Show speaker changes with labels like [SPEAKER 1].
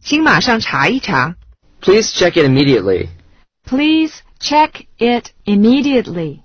[SPEAKER 1] 请马上查一查。
[SPEAKER 2] Please check it immediately.
[SPEAKER 3] Please check it immediately.